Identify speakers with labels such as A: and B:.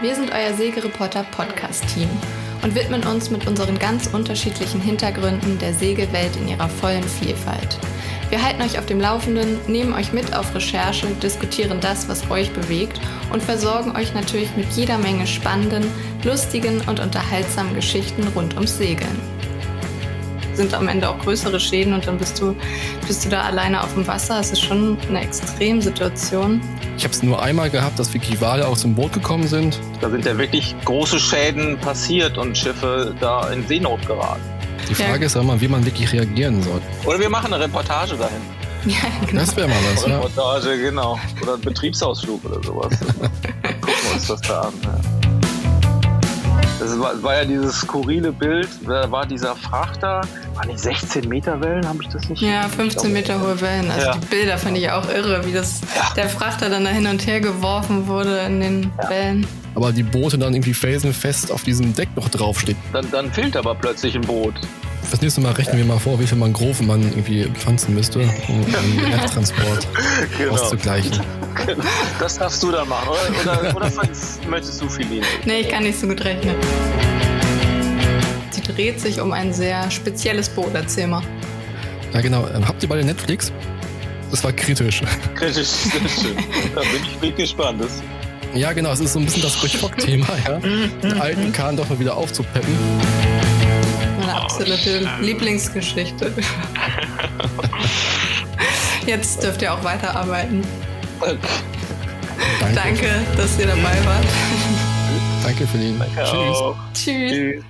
A: Wir sind euer Sägereporter Podcast-Team und widmen uns mit unseren ganz unterschiedlichen Hintergründen der Sägewelt in ihrer vollen Vielfalt. Wir halten euch auf dem Laufenden, nehmen euch mit auf Recherche, diskutieren das, was euch bewegt und versorgen euch natürlich mit jeder Menge spannenden, lustigen und unterhaltsamen Geschichten rund ums Segeln. Sind am Ende auch größere Schäden und dann bist du, bist du da alleine auf dem Wasser. Es ist schon eine Extremsituation.
B: Ich habe es nur einmal gehabt, dass wirklich Wale aus dem Boot gekommen sind.
C: Da sind ja wirklich große Schäden passiert und Schiffe da in Seenot geraten.
B: Die Frage ist aber, wie man wirklich reagieren soll.
C: Oder wir machen eine Reportage dahin.
A: Ja, genau.
B: Das wäre mal was, ne? ja.
C: Reportage, genau. Oder einen Betriebsausflug oder sowas. Dann gucken wir uns das da an. Ja. Das war, war ja dieses skurrile Bild, da war dieser Frachter, waren die 16 Meter Wellen, habe ich das nicht?
A: Ja, 15 Meter hohe Wellen. Also
C: Ja.
A: die Bilder fand ich auch irre, wie das der Frachter dann da hin und her geworfen wurde in den
C: Ja.
A: Wellen.
B: Aber die Boote dann irgendwie felsenfest auf diesem Deck noch draufsteht.
C: Dann, dann fehlt aber plötzlich ein Boot.
B: Das nächste Mal rechnen wir mal vor, wie viel Mangroven man irgendwie pflanzen müsste, um den Erdtransport Genau.
C: Genau.
B: auszugleichen.
C: Das darfst du dann machen, oder? Oder, oder fandst- möchtest du viel lieber?
A: Nee, ich kann nicht so gut rechnen. Sie dreht sich um ein sehr spezielles Boot, erzähl mal.
B: Ja, genau. Ähm, Habt ihr bei der Netflix? Das war kritisch.
C: Kritisch, sehr schön. Da bin ich bin gespannt. Das
B: Ja, genau. Es ist so ein bisschen das Rückbock-Thema, ja. Den alten Kahn doch mal wieder aufzupeppen.
C: Oh,
A: Meine absolute Lieblingsgeschichte. Jetzt dürft ihr auch weiterarbeiten.
B: Danke.
A: Danke, dass ihr dabei wart.
B: Danke für den.
C: Ciao.
A: Tschüss.
C: Tschüss.